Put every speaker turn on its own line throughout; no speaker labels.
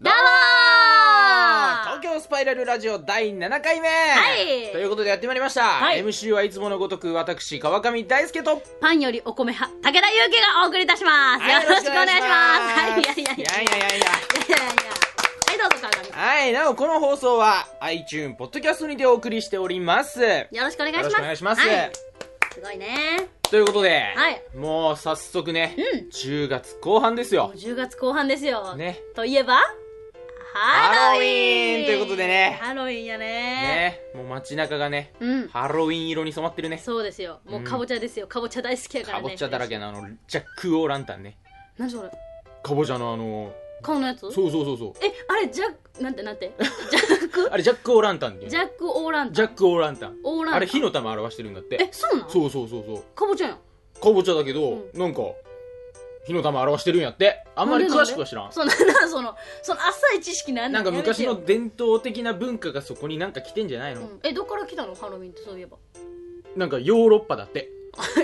どうも
東京スパイラルラジオ第7回目、
はい
ということでやってまいりました、
はい
MC はいつものごとく私川上大輔と
パンよりお米派、武田祐希がお送りいたします。
は
よろしくお願いします。はい、いやいやいや。
い
い
や
や
い
い
や
や
い
い
や
や。
いや
はい、どうぞ川上さ
はいなおこの放送は iTune ポッドキャストにてお送りしておりますよ
ん。よろしくお願いし
ろ
ま
し
す。
くお願いします、
はいすごいね。
ということで、
はい
もう早速ね、
うん
10月後半ですよ
もう10月後半ですよ。
ね
といえば、ハロウィーン
ハロウィーンということでね
ハロウィーンやね。
ねもう街中がね
うん。
ハロウィン色に染まってるね
そうですよ。もうかぼちゃですよ。かぼちゃ大好きやから
か
ね。
ぼちゃだらけ。のあのジャック・オー・ランタンね
何それ
かぼちゃのあの
顔のやつ
そうそうそうそう
え、あれ、ジャック、なんてなん てジャック
あれジャック・オー・ランタンっていう
ジャック・オーラン
ジ
タ
ャッ
ン。
ク・オー・ランタン
オーランタン
あれ火の玉表してるんだって
え、そうなん
そうそうそうそう
かぼちゃやん。
かぼちゃだけど、
う
なんか火の玉表してるんやってあんまり詳しくは知らん
そんな、なその、その浅い知識なん
なんか昔。
や
の
めて
伝統的な文化がそこになんか来てんじゃないの、
ようんえ、どっから来たのハロウィンってそうい えば。
なんかヨーロッパだって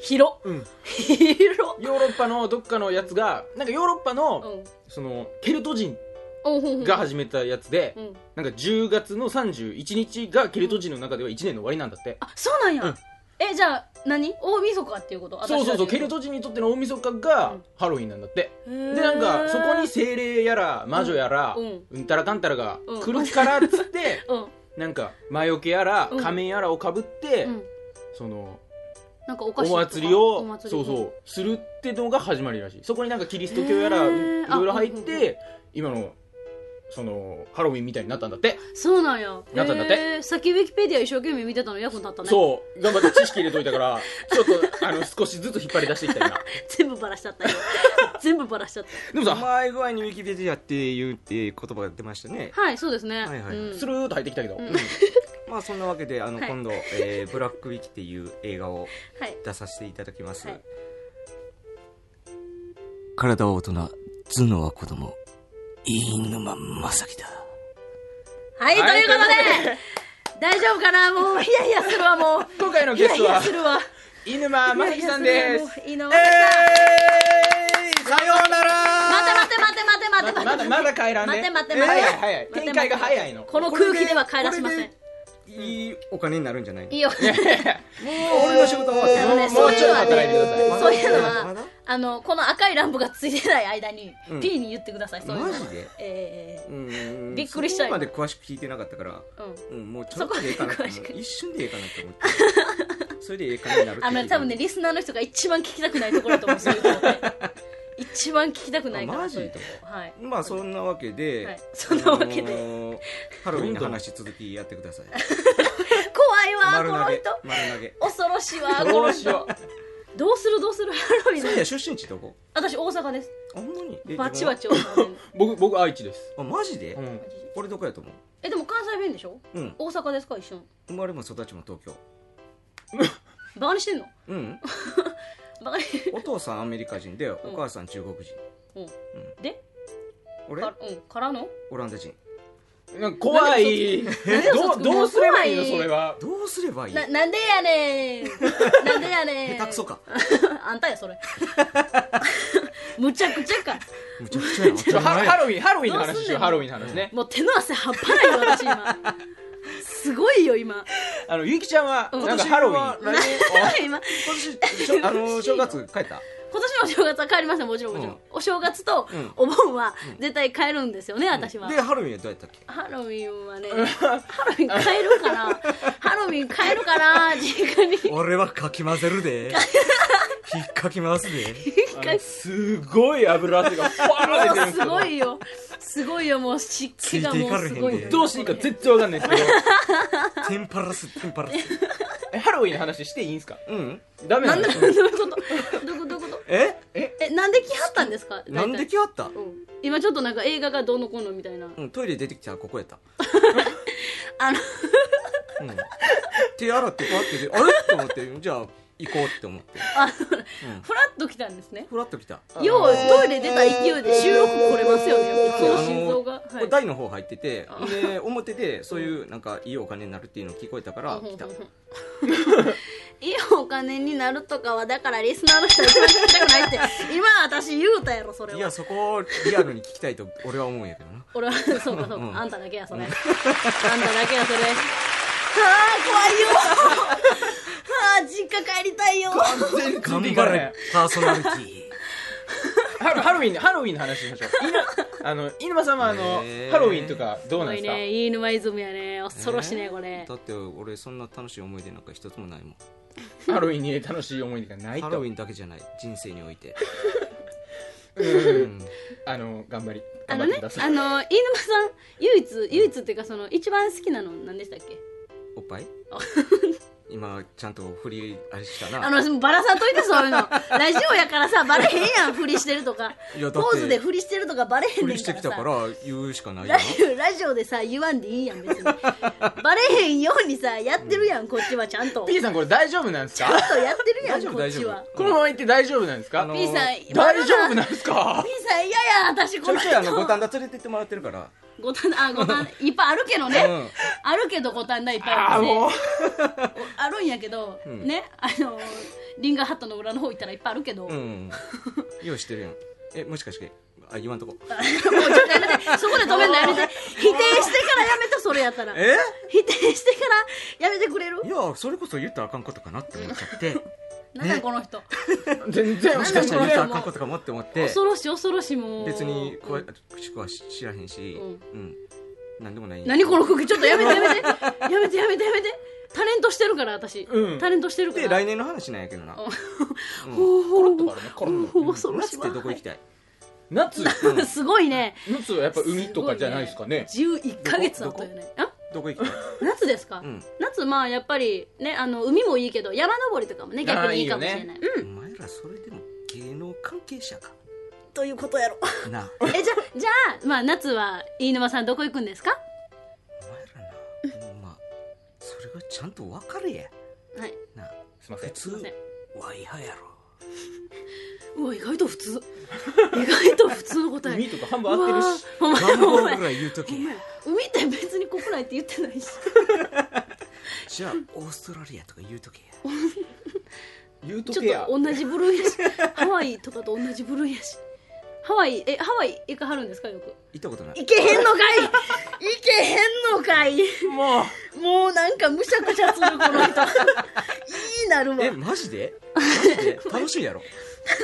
広
うん
広
ヨーロッパのどっかのやつがなんかヨーロッパの、
うん。
そのケルト人
おうほうほう
が始めたやつで、
うん。
なんか10月の31日がケルト人の中では1年の終わりなんだって、
あ、そうなんや。
うん
え、じゃあ、何大晦日っていうこと
そうそうそうケル。
私
ト人にとっての大晦日
う
が
ん
ハロウィンなんだって、
たちのへー
でなんかそこに精霊やら魔女やら、う
うんん
たらかんたらが来るからっつって、
うん。
なんか魔除けやら
うん
仮面やらをかぶって、
うん。
その
なんかお菓子
お
とか
祭りを
お祭り
そうそうするってのが始まりらしいそこになんかキリスト教やら
へ
い
ー
ろいろ入って、
あうんうんう
今のそのハロウィンみたいになったんだって、
そうなんや。
なったんだって
へーさっきウィキペディア一生懸命見てたの役に立ったね。う。
そう頑張って知識入れといたから ちょっとあの少しずつ引っ張り出していきた いな
全部ばらしちゃ ったよ。全部ばらしちゃっ
でも
う
さ
まい具合にウィキペディアっていうっていう言葉が出ましたね
た。はい、そうですね。
はいはいはい
うん
スルーっと入ってきたけど、
うん
うん
まあそんなわけであの、
はい
今度、えーブラックウィキ」っていう映画を
はい。
出させていただきます、
はい
体は大人、頭脳は子供、飯沼正樹だ。
はい、
はい
ということ
という
で、
こ
大丈夫かなもう、いやいやするわ、もう。
今回の
い
ゲ
や
ス
い
トは
やするわ。
犬間正樹さんです
いやいやするわもういいの
え
待
ーいさようなら
て待て待て待て待て待
まだ
て。
まだ帰らんで
待て待て待て。
早い早い
待て待て
展開が早いの
この
これ
空
で
気では帰らしません。
これでいいお金になるんじゃないの
いいよ。
俺の仕事は終
もうねそういうのは
もうちょっと働いてください
ま だ
そういうの
ま
は
だ、
あの、この赤いランプがついてない間に
う、ん
P に言ってください、そういうのは。
マジで
えええええ
うん
びっくりした
そこまで詳しく聞いてなかったから、
えうん。
うん、もうちょっとでええかなと思
そこまで詳し
う
く
一瞬でええかなと思ってそれでええかになるって
あのね多分ねリスナーの人が一番聞きたくないところだと思うそういうとこ って一番聞きたくないから
あマジ
そういうとこはい
まあそんなわけで、
はいそんなわけで
あのーハロウィンの話続きやってく ださい
怖い
丸
わこの
投げ
人
丸投げ
恐ろしい わ
ど
この
うしよ
人
う
どうするどうするハロウィ
せいや
ン
出身地どこ
私大阪です
あんまにえ
バチバチ大阪で
僕僕愛知です
あマジで、
うん
俺どこやと思う
えでも関西弁でしょ
うん
大阪ですか一緒に
生まれも育ちも東京
バカにしてんの
うん
バカに
お父さんアメリカ人でお
ん
母さん中国人
うんで
俺
かうんからの
オランダ人
なんか怖いど
嘘
う
つく
どうすればいいの
怖い
それは
どうすればいい
ななんでやねんなんでやねん
下手くそか
あんたやそれ むちゃくちゃか
むちゃくちゃやな
ちょハロハロウィンハロウィンの
どう
話
すん
し
ね
ようんハロウィンの話ね
もう手の汗はっぱないよ私今すごいよ今
あのゆきちゃんは
うん
なんかハロウ
今
ィン
年は 来
今
年ちょあのー正月帰った
今年のお正月は帰りましたもちろんもちろん、
うん
お正月と
うん
お盆は絶対帰るんですよね、私は
でハロウィンはどうやったっけ
ハロウィン はねハロウィン帰るかなハロウィン帰るかな実家に
俺はかき混ぜるで ひっかき回すで
あのすごい油汗がファーって出てるんです
す
けど
ごいよすごいよもう湿気がもうすごいよ
ついていかれへんで
どうしていいか全然わかんないですけど
テンパらすテンパらす
えハロウィンの話していいんですか
うん
ダメな
なんん
で
ですど
か
ういうことどういうことどういうこと
え
えなんで来はったんですか
なんで
大体
来はった
うん今ちょっとなんか映画がどうのこうのみたいな
うんトイレ出てきたらここやった
あの
うん手洗ってこうやってであれと思ってじゃあ行こうって思って
あフラッと来たんですね
ふらっと来た
ようトイレ出た勢いで収録来れますよね普通の心臓が、
こ
は
れ
い
台の方入っててで表でそういうなんかいいお金になるっていうの聞こえたから来た
うんうんうんいいお金になるとかはだからリスナーの人は一番聞きたくないって今私言うたやろそれ
いや
は
そこをリアルに聞きたいと俺は思うんやけどな
俺はそうかそうか、
うん
あんただけやそれ、あんただけやそれはあ怖いよはあ実家帰りたいよ
全
頑張れパーソナリティ
ハロハロウィンでハロウィンの話しましょう。犬あの犬間さんはあの
へー
ハロウィンとか
す
どうな
ご
んで
い
すか。
ねいい沼イズムやね恐ろしいねこれ
だって俺そんな楽しい思い出なんか一つもないもん
ハロウィンに楽しい思い出がないと。
ハロウィンだけじゃない人生において
うんあの頑張り
あ
頑
の
張
ね
ってくださ
あ
い。
の飯沼さん唯一唯一っていうかその一番好きなの何でしたっけ
おっぱい今ちゃんと振りあれしたな
あのバラさんといてそういう のラジオやからさバレへんやんふりしてるとか
いやだって
ポーズでふりしてるとかバレへん
振
ね
り
ん
して
か
き
ら
たか
さ
ら言うしか ないよ
ラジオラジオでさ言わんでいいやん別にバレへんようにさやってるやんこっちはちゃんと
P さんこれ大丈夫なんです
ちゃん
か。
とやってるや
大
ん
丈夫
こっ
大
ち
丈
は
夫
このまま行って大丈夫なんです
あ
か
の。
P さん
大丈夫
な
なんですか
P。さん嫌や私
ち
こ
ょ
の
いちょいあの五
人
反田連れてってもらってるから
五反田あ五反田いっぱいあるけどね、
うん
あるけど五反田いっぱい
あ
あ
あ
るし
もう。
あるんやけど、
ん
ねあのリンガーハットの裏の方行ったらいっぱいあるけど、
う
もうん
用意してるやんえもしかしてあ言わんとこ
ちょっとやめてそこで止めるのやめて 否定してからやめてそれやったら
え
否定してからやめてくれる
いやそれこそ言ったらあかんことかなって思っちゃって
なんだこの人、
全然
も
も
し
し
か
か
し
したたら
ら言ったらあかんことかもって思って
恐ろしい恐ろしいもう
別に詳しくは知らへんし
う
うん何でもないんや
何この空気ちょっとやめてやめてやめてやめてやめてタレントしてるから私、
うん
タレントしてるか
で
ら
来年の話なんやけどな
ほうほう
とかあるねコロッ
ほう恐ろし
夏
い
ってどこ行きたい
夏
わ すごいね
夏はやっぱ海とかじゃないですかね。
すごい11ヶ月だったよねあ
どこ行きたい
夏ですか、
うん
夏まあやっぱりねあの海もいいけど山登りとかもね逆にいいかもしれない
あーい
うん
お前らそれでも芸能関係者か
ということやろ
なあ
えじゃあ じゃあまあ夏は飯沼さんどこ行くんですか
お前らなほんまそれがちゃんと分かれや
はい
なあ
すいませ
普
ん。
通
すいま
ワイハやろ
うわ意外と普通意外と普通の答え
海とか半分合ってるし。
うわーほん
願
まほんま
望ぐらい言うとき
海って別に国内って言ってないし
じゃあオーストラリアとか言うときや
言うと
ち
け
ょっ
や。
と同じ部類 やしハワイとかと同じ部類やしハワイえハワイ行かはるんですかよく
行ったことない
行けへん のかい行けへんのかい
もう。
もうなんかむしゃくしゃするこの人いいなるわ
えマジでマジで楽しいやろ、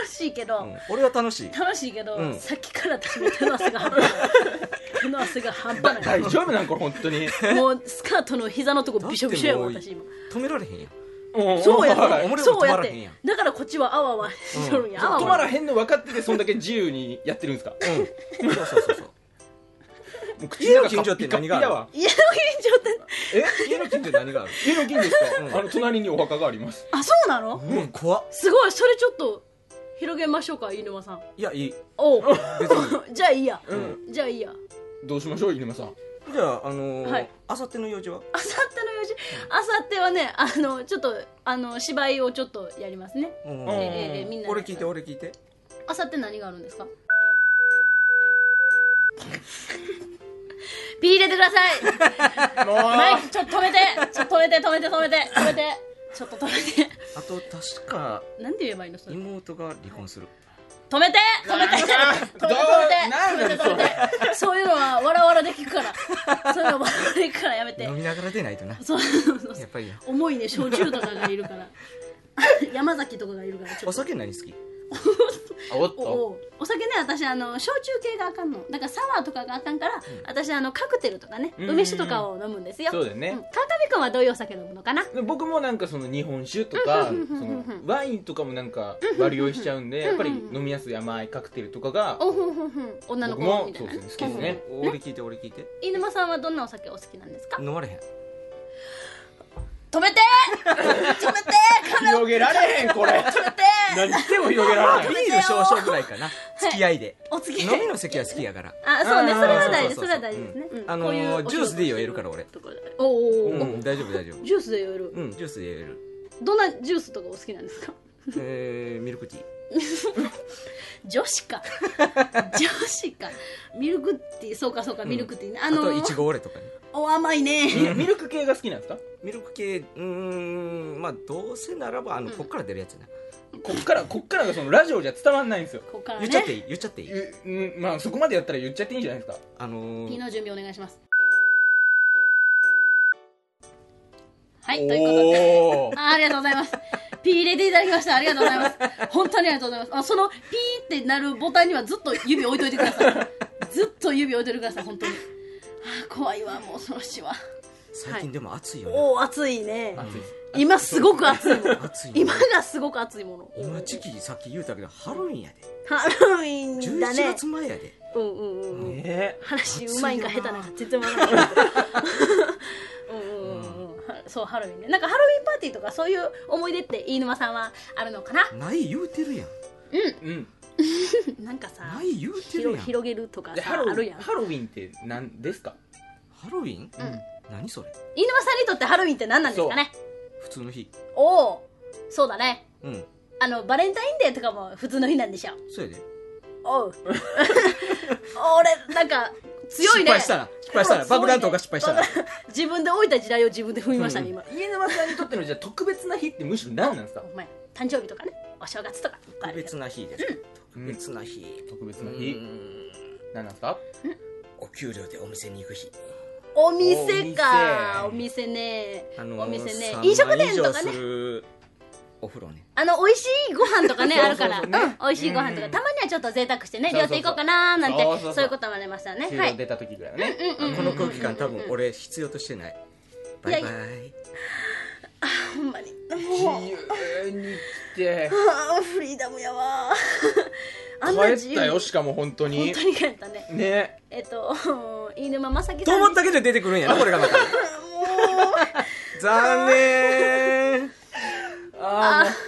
楽しいけど、
うん俺は楽しい
楽しいけど、
うん
さっきから私も手の汗が半端ない 手の汗が半端な
大丈夫なんこれ本当に。
いもうスカートの膝のとこびしょびしょやわ
だって
私
も
今
う止められへんやん
そうや
は
っ
い
て
俺も
そう
止
や
ま
っ
らへん
て
やん
だからこっちはあわあわしとるんや、あわあ
止
わ
まらへんの分かっててそんだけ自由にやってる んですか
うんそうそうそうそう
もう口
家
の
の
中
近所って何がある
カッ
家の近所って
ピカピやわ
家の近所何がある
え家の近所ですか、
うん
あの隣にお墓があります
あそうなの
うん怖っ
すごいそれちょっと広げましょうか飯沼さん
いやいい
おう
別 に
じゃあいいや、
う
じゃあいいや
どうしましょう犬間さん
じゃああの
は
ー
い
あさっての用事は
あさっての用事あさってはねあのちょっとあの芝居をちょっとやりますね、
うん
ええ
ん
ええみんなで
俺聞いて俺聞いて
あさって何があるんですか ピー入れてくださいマイクちょっと止めてちょっと止めて止めて止めて止めてちょっと止めて
あと確か
なんて言えばいいのそれ
妹が離婚する
止めて止めて止めて止めて止めて止めてそういうのはわらわらで聞くからそういうのはわらわらで聞くからやめて
飲みながらでないとな
そうそうそう
やっぱりな
重いね焼酎とかがいるから山崎とかがいるからちょ
お
っと
酒何好き
おっ
おおお酒ね私あの焼酎系があかんのだからサワーとかがあかんから、私あのカクテルとかね
うん
梅酒とかを飲むんですよ
そうだよね
ん川上君はどういうお酒飲むのかな
僕もなんかその日本酒とかそ
うんうんうんうん
のワインとかもなんか割り酔いしちゃうんでやっぱり飲みやすい甘いカクテルとかが
おふんふんふん女の
僕
子
も
みた
そ
いうな
ですね好きですね
俺聞いて俺聞いて
飯沼さんはどんなお酒お好きなんですか
飲まれへん
止めて 止めて
広げられへんこれ
止めて
何しても広げられ
ビ
へん
ール少々ぐらいかな
よ
付き合いで
お付き
飲
合い
みの席は好きやから
あそうね
あー
それは大事そ
そうそうそう
れは大事ですね、
うん
うん
あのー
こういうお仕事
ジュースで酔えるから俺
ところでおおお
う
お、
ん大丈夫大丈夫
ジュースで酔える、
うんジュースで入れる
どんなジュースとかお好きなんですか
えーミルクティー
女子 か女子かミルクティーそうかそうかミルクティーね、あ
あ
の
といちごオレとかね
お甘いね
ミルク系が好きなんですか
ミルク系うーんまあどうせならばあのこっから出るやつね、
こっからこっからがそのラジオじゃ伝わんないんですよ
ここから
言っちゃって
ね
いい言っちゃっていい
えうんまあそこまでやったら言っちゃっていいんじゃないですか
あの
ピー
ー、
の準備お願いしますはいということで
おー
あありがとうございます。ピー入れていただきました。ありがとうございます。本当にありがとうございます。あそのピーってなるボタンにはずっと指置いといてください。ずっと指置いといてください、本当に。あー怖いわ、もうその死は。
最近でも暑いよね、
おお、暑いね。
熱いです
今すごく暑いもの。
暑いよね
今がすごく暑いもの。
今時期さっき言うたけどハロウィンやで
ハロウィンだね。
11月前やで、
うんうんうんうん。
ね
話うまいんか下手なんか全然わからない。うんうんうんうんはそうハロウィンねなんかハロウィンパーティーとかそういう思い出って飯沼さんはあるのかな
ない言うてるやん
うん
なんかさ
ない言うてるやん
広広げるとか
で
さ
ハ
あ
ロウ
る
ィ
や
ン
ん
ハロウィンって何ですか
ハロウィン、何それ
飯沼さんにとってハロウィンって何なんですかね
普通の日
おおそうだね
うん
あのバレンタインデーとかも普通の日なんでしょ
そうやで
お う俺なんか強いね
失敗したら失敗したら
強いね
爆弾とか失敗したら
爆弾自分で置いた時代を自分で踏みましたね今
家沼さんにとってのじゃあ特別な日ってむしろ何なんですか
お前誕生日とかねお正月とか
特別な日です、
うん
特別な日、
特別
う
な日
ん
何なんですか
お給料でお店に行く日
お店か
お
お店ね
あのー
お店ね
3万
飲食店とか
以上
ね
するお風呂ね
あの美味しいご飯とかね
そう
あ
そう
る
そう
から
ね
うん美味しいご飯と
う
か
ん
たまにはちょっと贅沢してね
そうそ
料
うそう
亭行こうかなーなんて
そうそうそう
そういうこともありましたね
給
は
料
い
出た時ぐらいはね
うんうんうん
この空気感多分俺必要としてないバイバイ
ほんまに
急に来て
あーフリーダムやわー あんな自
帰
由
ったよしかも本当
本
に
当に帰ったね
ね
えっと 飯沼正樹
と
さん
思っ
で
た
し
けど出てくるんやなこれがまた残念
あーもう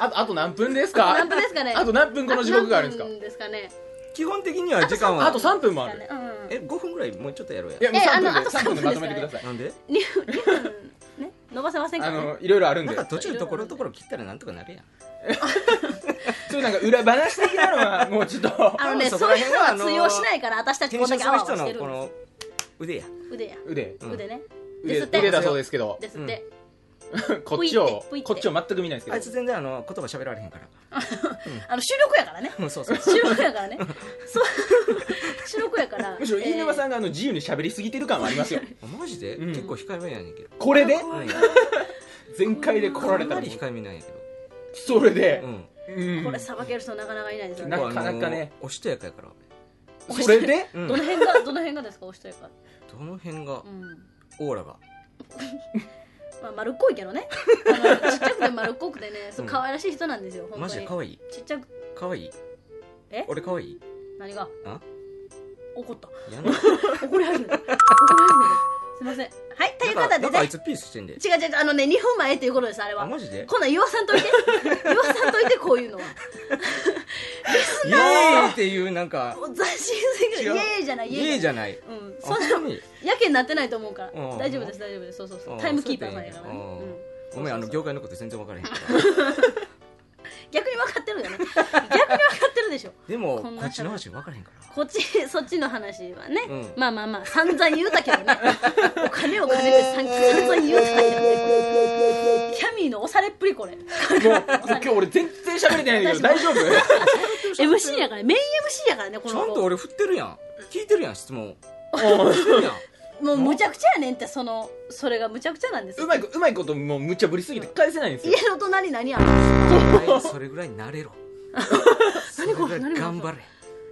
あとあと何分です
た
か
何分ですかね
あと何分この地獄があるんですか
何分ですかね
基本的には時間は
あと3分もある
うんうん
え5分ぐらいもうちょっとやろうや
いやもう
えあ
3
の
分で
あと
3分でまとめてく
三分で
だ
す
さい
なんで
二分二分ね伸ばせません
あ
かね
のいろいろあるん
なん
で
か途中ところどころ切ったらなんとかなるやん
ちょっとなんか裏話的なのはもうちょっと
あのね
あの
そういうのは
そこら辺は
通用しないから私たちこ
編
んだ
集
け
す
アワ
る
アワして
人の
る
この腕や
腕や
腕
うん
腕ねです
腕
って
腕だそうですけど
ですって
こっちを
ぷいってぷいって
こっちを全く見ないですけど
あいつ全然あの言葉喋られへんから
あの主力やからね
うんそうそう
主力やからね そう主力やから
むしろ飯沼
ん
さんがあの自由に喋りすぎてる感はありますよ
あ マジで、
うん
結構控えめやねんけど
これで
うん
全開で来られ
か
たら
なり控えめなんやけど
それで
う、ん
うん
これさばける人なかなかいないですよ
な
ね
かなかね
あのおしとやかやから
それで
俺、
どの辺がどの辺がですかおしとやか
どの辺が
うん
オーラが
まあ、丸っこいけどねあのちっちゃくて丸っこくて ねそう
うん
可愛らしい人なんですよ本当に
マジで可愛い
ちっちゃく
可愛い
え
俺可愛い
何が
あ
怒った
やんな
怒り 始めた怒り始めたすいませんはいというこ
なんかな
と
んかあ
で
い
ね
つピースしてんで
違う違うあのね2分前っていうことですあれ
あ
は
マジで
こんなん言わさんといて言わさんといてこういうのは
イエーイっていうなんか
もう斬新すぎる
違う
イエーイじゃない
イエーイじゃない
ゃないうん
あ
そんな
ほんまに
やけになってないと思うから
うん
大丈夫です大丈夫ですそうそう
う
そうんタイムキーパーさんやから
そう
ねう
やったんや
ん
うんごめんあ
そうそ
の
うそう
業界のこと全然分からへんから
逆に分かってるよね逆に分かってるでしょ
でも
こんな
こっちの話分からへんから
こっち そっちの話はね、
うん
まあまあまあ散々言うたけどねお金お金って散々言うたけどねキャミーの押されっぷりこれ
もう今日俺全然喋れてないんだけど大丈夫
MC やからメイン MC やからねこ
ち
の
ゃんと
子
俺振ってるやん聞いてるやん質問聞いてるやん
もうむちゃくちゃやねんってそのそれがむちゃくちゃなんですよ
うまいこうまいこともう無茶ぶりすぎて返せないんですよ
家の隣何やの
はいそれぐらいにな れろそれぐらい頑張れ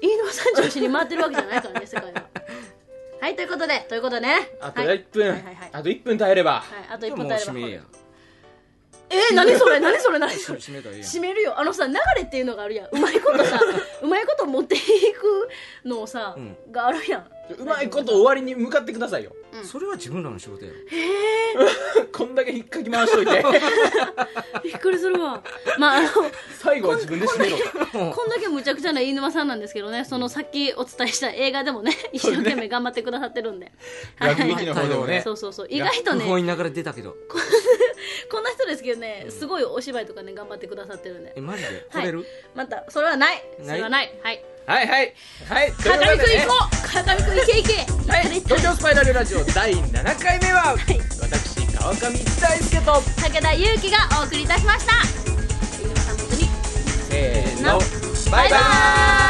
飯沼さん調子に回ってるわけじゃないからね世界ははいということでということでね
あと
はい、はい
1分、
はいはい
あと1分耐えれば、
あと一
もう
分耐えれば
締めや
えー、何それ何それ何それ
締めた らええやん
締めるよあのさ流れっていうのがあるやんうまいこと さうまいこと持っていくのをさ、
うん
があるやん
うまいこと終わりに向かってくださいよ
それは自分らの仕事やろ
こんだけ引っかき回しといて
びっくりするわまああの
最後は自分で締めろ
こんだけむちゃくちゃな飯沼さんなんですけどねそのさっきお伝えした映画でもね一生懸命頑張ってくださってるんで、
落劇の方でもね
そうそうそう意外と
不本
ね
意ながら出たけど
こんな人ですけどね、すごいお芝居とかね、頑張ってくださってるんで
え。マジで惚れる、
また、それはない。
ない
それはない。はい。
はいはいはいとい
川
う
上く
こと
ん
でね
行こう川上くん行け行け
はい東京スパイラルラジオ第7回目は、
い
私川上大輔と
武田祐希がお送りいたしました。皆さん本当に
せー
な
のバイバ
バイバ
イ